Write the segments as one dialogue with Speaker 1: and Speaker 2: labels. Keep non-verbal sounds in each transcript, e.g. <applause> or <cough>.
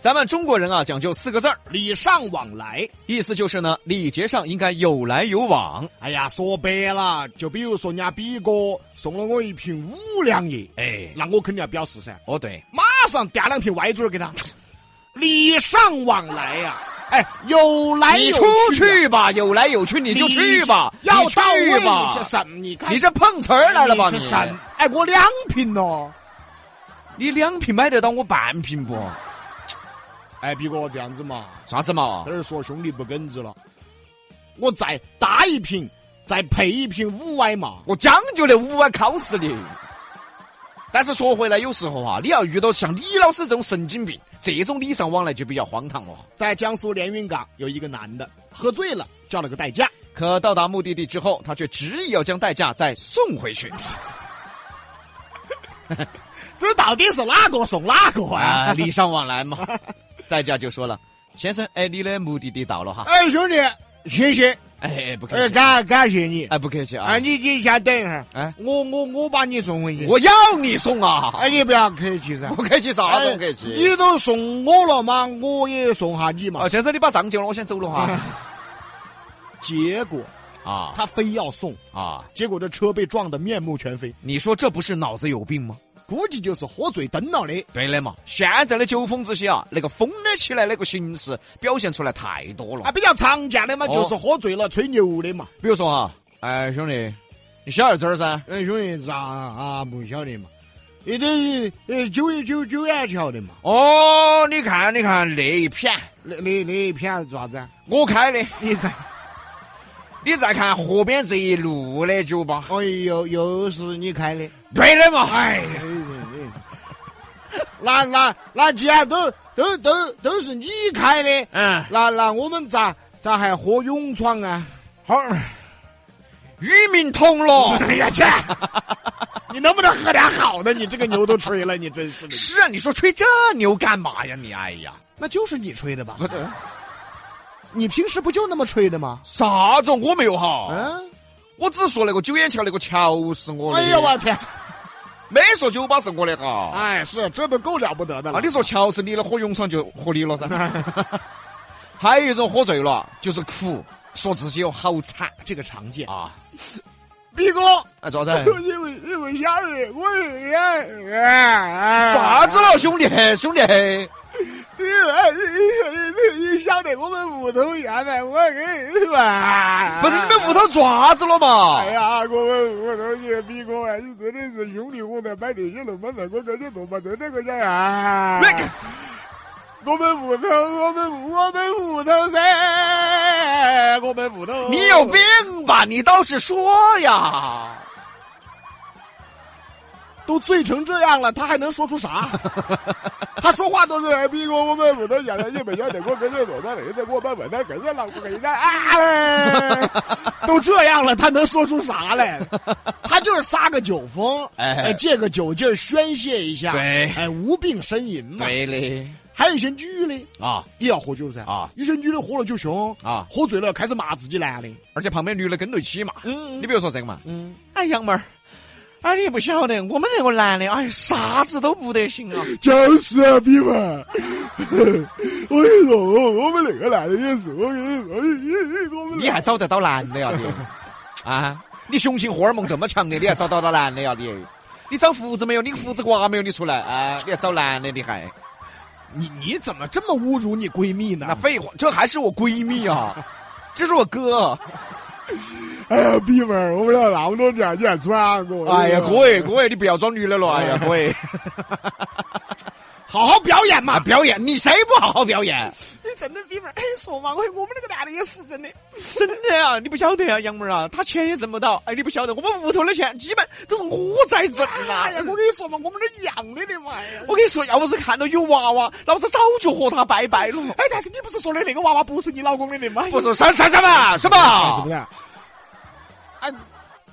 Speaker 1: 咱们中国人啊讲究四个字儿，
Speaker 2: 礼尚往来。
Speaker 1: 意思就是呢，礼节上应该有来有往。
Speaker 2: 哎呀，说白了，就比如说人家比哥送了我一瓶五粮液，
Speaker 1: 哎，
Speaker 2: 那我肯定要表示噻，
Speaker 1: 哦对，
Speaker 2: 马上掂两瓶歪珠儿
Speaker 1: <laughs>
Speaker 2: 给他，礼尚往来呀、哎，有来
Speaker 1: 你
Speaker 2: 有
Speaker 1: 出
Speaker 2: 去啊，
Speaker 1: 去吧，有来有去你就
Speaker 2: 礼
Speaker 1: 去吧，
Speaker 2: 要
Speaker 1: 你去
Speaker 2: 到位
Speaker 1: 吧。
Speaker 2: 这什么？你看
Speaker 1: 你这碰瓷儿来了吧？
Speaker 2: 你
Speaker 1: 你
Speaker 2: 是什么？哎，我两瓶哦。
Speaker 1: 你两瓶买得到我半瓶不？
Speaker 2: 哎，比哥这样子嘛，
Speaker 1: 啥子嘛
Speaker 2: 在？这儿说兄弟不耿直了，我再搭一瓶，再配一瓶五歪嘛。
Speaker 1: 我将就那五万靠死你。但是说回来，有时候啊，你要遇到像李老师这种神经病，这种礼尚往来就比较荒唐了。
Speaker 2: 在江苏连云港有一个男的喝醉了，叫了个代驾，
Speaker 1: 可到达目的地之后，他却执意要将代驾再送回去。
Speaker 2: 这到底是哪个送哪个
Speaker 1: <laughs> 啊，
Speaker 2: <laughs> 啊？
Speaker 1: 礼尚往来嘛。代驾就说了：“先生，哎，你的目的地到了哈。
Speaker 2: 哎，兄弟，谢谢，
Speaker 1: 哎，不客
Speaker 2: 哎，
Speaker 1: 气，
Speaker 2: 感感谢你。
Speaker 1: 哎，不客气啊。
Speaker 2: 哎，你你先等一下，
Speaker 1: 哎
Speaker 2: 哎，我我我把你送回去。
Speaker 1: 我要你送啊！
Speaker 2: 哎，你不要客气噻
Speaker 1: 不。客气啥都
Speaker 2: 哎
Speaker 1: 不客气。
Speaker 2: 你都送我了嘛，我也送下你嘛
Speaker 1: 啊，。先生，你把账结了，我先走
Speaker 2: 啊
Speaker 1: 了哈。
Speaker 2: 结果
Speaker 1: 啊
Speaker 2: 他非要送，
Speaker 1: 啊！
Speaker 2: 结果这车被撞得面目全非，
Speaker 1: 你说这不是脑子有病吗？
Speaker 2: 估计就是喝醉灯了的。
Speaker 1: 对的嘛，现在的酒疯子些啊，那个疯的起来那个形式表现出来太多了
Speaker 2: 啊，。比较常见的嘛，
Speaker 1: 哦
Speaker 2: 就是喝醉了吹牛的嘛。
Speaker 1: 比如说啊，哎，兄弟，你小二这儿噻，
Speaker 2: 哎，兄弟，咋啊？不晓得嘛？也得呃九一九九眼桥的嘛。
Speaker 1: 哦，你看，你看那一片，
Speaker 2: 那那那一片是啥子啊？
Speaker 1: 我开的。
Speaker 2: 你看，
Speaker 1: 你再看河边这一路的酒吧，
Speaker 2: 哎呦，又是你开的。
Speaker 1: 对的嘛。哎，
Speaker 2: 哎哎哎那那那既然都都都都是你开的，
Speaker 1: 嗯，
Speaker 2: 那那我们咋咋还喝勇闯啊？
Speaker 1: 好，与民同乐。
Speaker 2: 哎呀去！你能不能喝点好的？你这个牛都吹了，你真是的。
Speaker 1: 是啊，你说吹这牛干嘛呀？你哎呀，
Speaker 2: 那就是你吹的吧？你平时不就那么吹的吗？
Speaker 1: 啥子我没有哈，
Speaker 2: 嗯。
Speaker 1: 我只说那个九眼桥那个桥是我的，
Speaker 2: 哎呀，我天！
Speaker 1: 没说酒吧是我的哈。
Speaker 2: 哎，是这都够了不得的了。
Speaker 1: 啊，你说桥是你的，喝勇闯就合理了 <laughs> 噻。还有一种喝醉了就是哭，说自己有好惨
Speaker 2: 这个常见，
Speaker 1: 啊，
Speaker 2: 毕哥，
Speaker 1: 哎 <laughs> 咋子？
Speaker 2: 因为因为啥子？我是哎
Speaker 1: 啥子？了，兄弟兄弟？
Speaker 2: 你哎你你你晓得我们屋头现在我跟你说，
Speaker 1: 不是你们屋头爪子了嘛？
Speaker 2: 哎呀，我们屋头你毕哥啊，你真的是兄弟，我在买这些龙门阵，我跟你说嘛，真的个家啊。
Speaker 1: 那个
Speaker 2: 我们屋头，我们我们屋头噻，我们屋头。
Speaker 1: 你有病吧？你倒是说呀！
Speaker 2: 都醉成这样了，他还能说出啥？他说话都是哎，逼我我们我的演员一本要得过跟着我们人家给我们稳的跟着老公人家啊，都这样了，他能说出啥来？他就是撒个酒疯，
Speaker 1: 哎
Speaker 2: 哎，借个酒劲儿宣泄一下，
Speaker 1: 对
Speaker 2: 哎，无病呻吟嘛。
Speaker 1: 嘞，
Speaker 2: 还有一些女的
Speaker 1: 啊
Speaker 2: 也要喝酒噻
Speaker 1: 啊，
Speaker 2: 有些女的喝了酒凶
Speaker 1: 啊
Speaker 2: 喝醉了开始骂自己男的，
Speaker 1: 而且旁边女的跟到一起嘛。
Speaker 2: 嗯
Speaker 1: 你比如说这个嘛，
Speaker 2: 嗯，
Speaker 1: 哎，杨妹儿，哎，你不晓得我们那个男的，哎，啥子都不得行啊！
Speaker 2: 就是啊，逼妹，我跟你说，我我们那个男的也是，我跟你说，你你我们
Speaker 1: 你还找得到男的呀你？ <laughs> 啊，你雄性荷尔蒙这么强烈，你还找得到男的呀你？你长胡子没有？你胡子刮没有？你出来啊！你还找男的，你还
Speaker 2: 你你怎么这么侮辱你闺蜜
Speaker 1: 那
Speaker 2: 呢？
Speaker 1: 废话，这还是我闺蜜啊，这是我哥。
Speaker 2: 哎呀，逼妹，我们俩那么多年，你还转过？
Speaker 1: 哎呀，各位各位，你不要装女的了！哎呀，各 <laughs> 位。
Speaker 2: 好好表演
Speaker 1: 啊，
Speaker 2: 嘛！
Speaker 1: 表演，你谁不好好表演？
Speaker 2: 你真的逼妹，哎，说嘛，我我们那个男的也是真的，
Speaker 1: 真的啊， <laughs> 你不晓得啊，杨妹儿啊，他钱也挣不到。哎，你不晓得，我们屋头的钱基本都是我在挣啊
Speaker 2: 哎呀，。我跟你说嘛，我们都一样的的嘛！哎呀
Speaker 1: 我跟你说，要不是看到有娃娃，老子早就和他拜拜了。
Speaker 2: 哎，但是你不是说的那个娃娃不是你老公的的吗？
Speaker 1: 不是什什什么什
Speaker 2: 哎，怎么
Speaker 1: 么？
Speaker 2: 样？哎，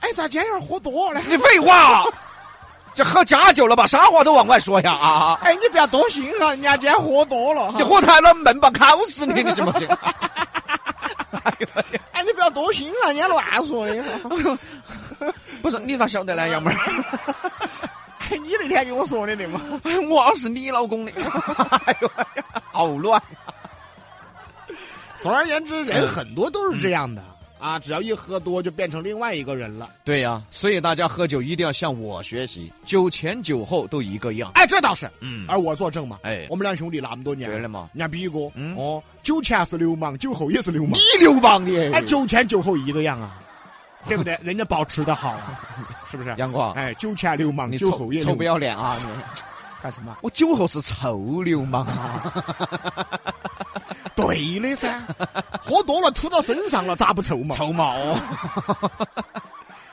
Speaker 2: 哎，咋今天有点喝 <laughs> 多了？
Speaker 1: 你废话，这喝假酒了吧？啥话都往外说呀啊！
Speaker 2: 哎，你不要多心哈，人家今天喝多了哈
Speaker 1: 你。喝太了闷吧，烤死你！你信不信？
Speaker 2: 哎，你不要多心啊，人家乱说的。
Speaker 1: <laughs>
Speaker 2: <laughs>
Speaker 1: 不是你咋晓得呢，杨妹儿？ <laughs>
Speaker 2: 哎，你那天跟我说的的嘛。
Speaker 1: 我二是你老公的。哎呦，哎呀 <laughs> 好乱。
Speaker 2: <laughs> 总而言之，人很多都是这样的、嗯啊，只要一喝多就变成另外一个人了。
Speaker 1: 对呀、所以大家喝酒一定要向我学习，酒前酒后都一个样。
Speaker 2: 哎，这倒是，
Speaker 1: 嗯，
Speaker 2: 而我作证嘛，
Speaker 1: 哎
Speaker 2: 我们两兄弟那么多年
Speaker 1: 对
Speaker 2: 了
Speaker 1: 了嘛，
Speaker 2: 人家比哥，
Speaker 1: 嗯
Speaker 2: 哦，酒前是流氓，酒后也是流氓
Speaker 1: 你，流氓的，
Speaker 2: 哎，酒前酒后一个样啊，对 <laughs> 不对？人家保持的好啊，是不是？
Speaker 1: 阳光，
Speaker 2: 哎，酒前流氓，
Speaker 1: 你
Speaker 2: 酒
Speaker 1: 臭
Speaker 2: 后也
Speaker 1: 臭
Speaker 2: 流
Speaker 1: 不
Speaker 2: 氓，
Speaker 1: 要脸啊！你
Speaker 2: 干什么？
Speaker 1: 我酒后是臭流氓啊！
Speaker 2: 对的噻， <laughs> 喝多了吐到身上了，咋不臭 <laughs> 嘛？
Speaker 1: <laughs> 臭毛，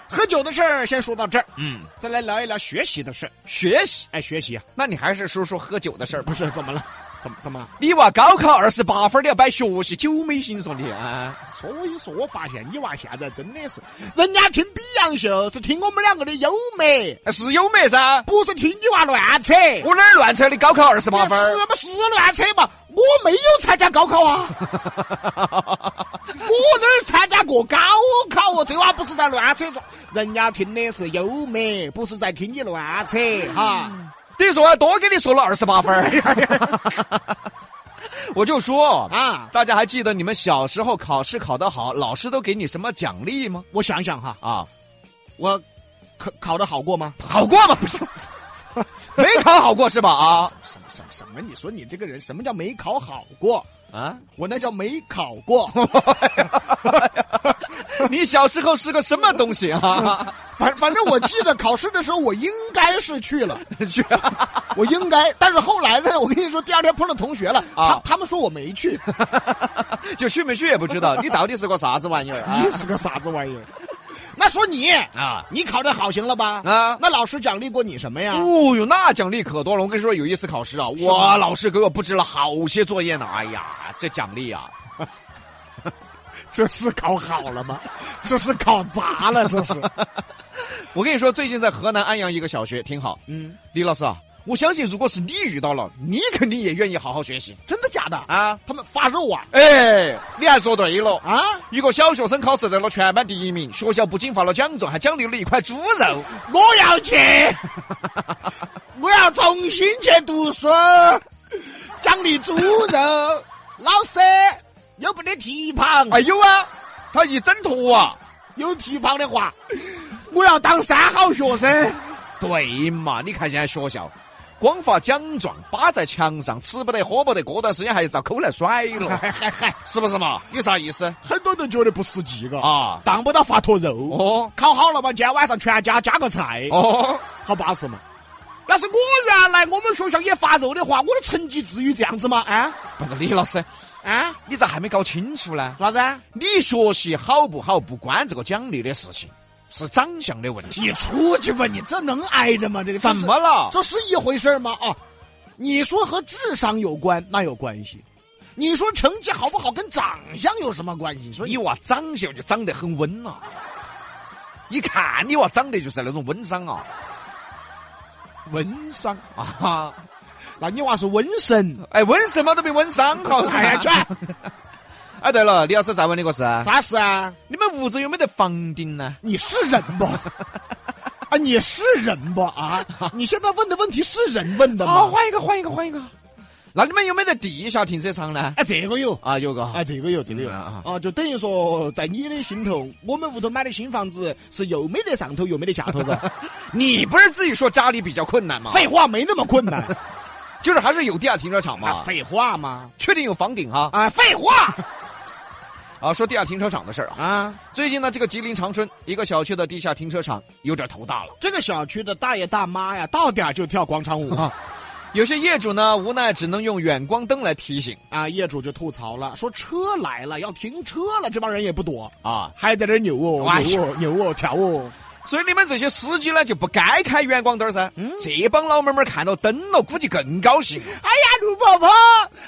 Speaker 2: 喝酒的事儿先说到这儿，
Speaker 1: 嗯，
Speaker 2: 再来聊一聊学习的事儿。
Speaker 1: 学习，
Speaker 2: 哎，学习啊，
Speaker 1: 那你还是说说喝酒的事儿吧。
Speaker 2: 不是怎么了？怎么怎么了？啊
Speaker 1: 你娃高考二十八分，你要摆学习九妹心说你啊？
Speaker 2: 所以说，我发现你娃现在真的是，人家听比洋秀是听我们两个的优美，
Speaker 1: 是有没噻？
Speaker 2: 不是听你娃乱扯。
Speaker 1: 我哪儿乱扯？你高考二十八分儿，
Speaker 2: 是不是乱扯嘛？我没有参加高考啊， <laughs>
Speaker 1: <laughs>
Speaker 2: 我哪儿参加过高考哦？这娃不是在乱扯，人家听的是优美，不是在听你乱扯哈。
Speaker 1: 等于说我多给你说了二十八分儿。 <laughs> 我就说啊，
Speaker 2: 啊，
Speaker 1: 大家还记得你们小时候考试考得好，老师都给你什么奖励吗？
Speaker 2: 我想想哈，
Speaker 1: 啊，
Speaker 2: 我考考得好过吗？
Speaker 1: 好过吗？ <laughs> 没考好过是吧？啊
Speaker 2: 什么什么什么？你说你这个人，什么叫没考好过？
Speaker 1: 啊！
Speaker 2: 我那叫没考过，
Speaker 1: 你小时候是个什么东西啊？ <laughs>
Speaker 2: 反反正我记得考试的时候，我应该是去
Speaker 1: <laughs>
Speaker 2: 了，
Speaker 1: 去
Speaker 2: 我应该。但是后来呢，我跟你说，第二天碰到同学了，
Speaker 1: 啊
Speaker 2: 他他们说我没去，
Speaker 1: 就去没去也不知道，你到底是个啥子玩意儿啊
Speaker 2: 你是个啥子玩意儿？那说你，
Speaker 1: 啊？
Speaker 2: 你考得好行了吧？
Speaker 1: 啊
Speaker 2: 那老师奖励过你什么呀？
Speaker 1: 哦哟，那奖励可多了！我跟你说，有一次考试啊，
Speaker 2: 啊是
Speaker 1: 哇，
Speaker 2: 吗
Speaker 1: 老师给我布置了好些作业呢。哎呀，这奖励啊，
Speaker 2: 这是考好了吗？这是考砸了，
Speaker 1: <laughs>
Speaker 2: 这是。
Speaker 1: 我跟你说，最近在河南安阳一个小学挺好。
Speaker 2: 嗯，
Speaker 1: 李老师啊，我相信如果是你遇到了，你肯定也愿意好好学习
Speaker 2: 真的假的？
Speaker 1: 啊。
Speaker 2: 他们发肉啊
Speaker 1: 哎，你还说对了，
Speaker 2: 啊！
Speaker 1: 一个小学生考试得了全班第一名，学校不仅发了奖状，还奖励了一块猪肉。
Speaker 2: 我要 <laughs> 去，我要重新去读书，奖励猪肉。老师，有没得蹄膀？
Speaker 1: 哎，有啊，他一整坨啊。
Speaker 2: 有蹄膀的话，我要当三好学生。
Speaker 1: 对嘛？你看现在学校，光发奖状扒在墙上，吃不得喝不得，过段时间还要遭抠来甩了，
Speaker 2: 嗨嗨嗨，
Speaker 1: 是不是嘛？有啥意思
Speaker 2: <laughs> 很多人觉得不实际嘎，
Speaker 1: 啊？
Speaker 2: 哦当不到发坨肉。
Speaker 1: 哦
Speaker 2: 烤好了嘛，今天晚上全家加个菜，
Speaker 1: 哦，
Speaker 2: 好巴适嘛。要是我原来我们学校也发肉的话，我的成绩至于这样子吗？啊
Speaker 1: 不是李老师，
Speaker 2: 啊，
Speaker 1: 你咋还没搞清楚呢？
Speaker 2: 啥子？啊
Speaker 1: 你学习好不好不关这个奖励的事情，是长相的问题。
Speaker 2: 你出去吧，你这能挨着吗？这个
Speaker 1: 怎么了？
Speaker 2: 这是一回事儿吗？啊，你说和智商有关，那有关系；你说成绩好不好跟长相有什么关系？所
Speaker 1: 你
Speaker 2: 以
Speaker 1: 娃长相就长得很温呐、一看你娃长得就是那种温商啊
Speaker 2: 文商，
Speaker 1: 啊！
Speaker 2: 那你娃是温神。
Speaker 1: 哎，温什么都比温商好噻！
Speaker 2: <laughs> 哎 <laughs> 呀，去，
Speaker 1: <laughs> 哎，对了，李老师再问你个事，
Speaker 2: 啥事啊？
Speaker 1: 你们屋子有没得房顶呢？
Speaker 2: 你是人不？啊，你是人不？啊，你现在问的问题是人问的
Speaker 1: 啊，
Speaker 2: 吗？
Speaker 1: 换一个，换一个，换一个。那你们有没得地下停车场呢？
Speaker 2: 哎，这个有。
Speaker 1: 啊，有个哈。
Speaker 2: 哎，这个有，这个有
Speaker 1: 嗯啊
Speaker 2: 啊！就等于说，在你的心头，我们屋头买的新房子是又没得上头，又没得下头的。
Speaker 1: 你不是自己说家里比较困难吗？
Speaker 2: 废话，没那么困 <laughs> 难。
Speaker 1: 就是还是有地下停车场
Speaker 2: 啊，
Speaker 1: 嘛？
Speaker 2: 废话嘛！
Speaker 1: 确定有房顶哈？
Speaker 2: 啊，废话
Speaker 1: 啊，说地下停车场的事儿啊。
Speaker 2: 啊！
Speaker 1: 最近呢，这个吉林长春一个小区的地下停车场有点头大了。
Speaker 2: 这个小区的大爷大妈呀，到点儿就跳广场舞
Speaker 1: 啊有些业主呢，无奈只能用远光灯来提醒
Speaker 2: 啊！业主就吐槽了，说车来了要停车了，这帮人也不躲，
Speaker 1: 啊。
Speaker 2: 还在这儿扭哦
Speaker 1: 哎
Speaker 2: 扭哦扭哦跳哦。
Speaker 1: 所以你们这些司机呢，就不该开远光灯噻。
Speaker 2: 嗯
Speaker 1: 这帮老妹儿们看到灯了，估计更高兴。
Speaker 2: 哎呀，卢婆婆，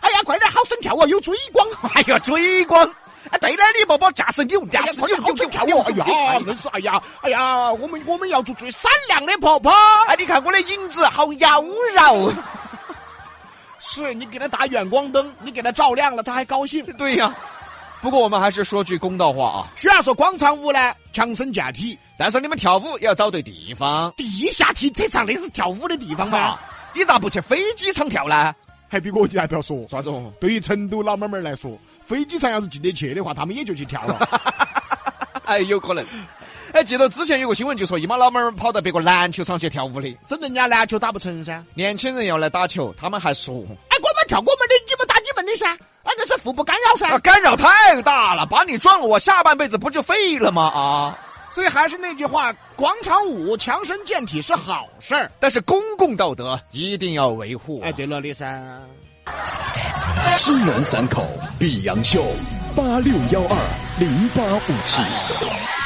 Speaker 2: 哎呀，快点好生跳啊，有追 <laughs> 光！
Speaker 1: <laughs> 哎呀，追光！哎，对了，李伯伯驾驶扭，驾
Speaker 2: 哎呀，
Speaker 1: 驶
Speaker 2: 快
Speaker 1: 扭，
Speaker 2: 点好生跳哦！哎呀，硬是哎呀，哎呀，我们我们要做最闪亮的婆婆。
Speaker 1: 哎，你看我的影子好妖娆。哦
Speaker 2: 是你给他打远光灯，你给他照亮了，他还高兴。
Speaker 1: 对呀、不过我们还是说句公道话啊，
Speaker 2: 虽然说广场舞呢强身健体，
Speaker 1: 但是你们跳舞也要找对地方。
Speaker 2: 地下停车场那是跳舞的地方吗？
Speaker 1: 啊，你咋不去飞机场跳呢？
Speaker 2: 还比我还不要说，
Speaker 1: 啥子？
Speaker 2: 对于成都老妹儿们儿来说，飞机场要是进得去的话，他们也就去
Speaker 1: <laughs>
Speaker 2: 跳了。
Speaker 1: 哎，有可能。哎，记得之前有个新闻就说，一帮老妹儿跑到别个篮球场去跳舞的，
Speaker 2: 整人家篮球打不成噻。
Speaker 1: 年轻人要来打球，他们还说
Speaker 2: 哎，我们跳我们的，你们打你们的噻。哎，这是互不干扰噻
Speaker 1: 啊，干扰太大了，把你撞了，我下半辈子不就废了吗？啊！
Speaker 2: 所以还是那句话，广场舞强身健体是好事儿。
Speaker 1: 但是公共道德一定要维护、啊。
Speaker 2: 哎，对了，李三，
Speaker 3: 西南三口碧阳秀八六幺二零八五七。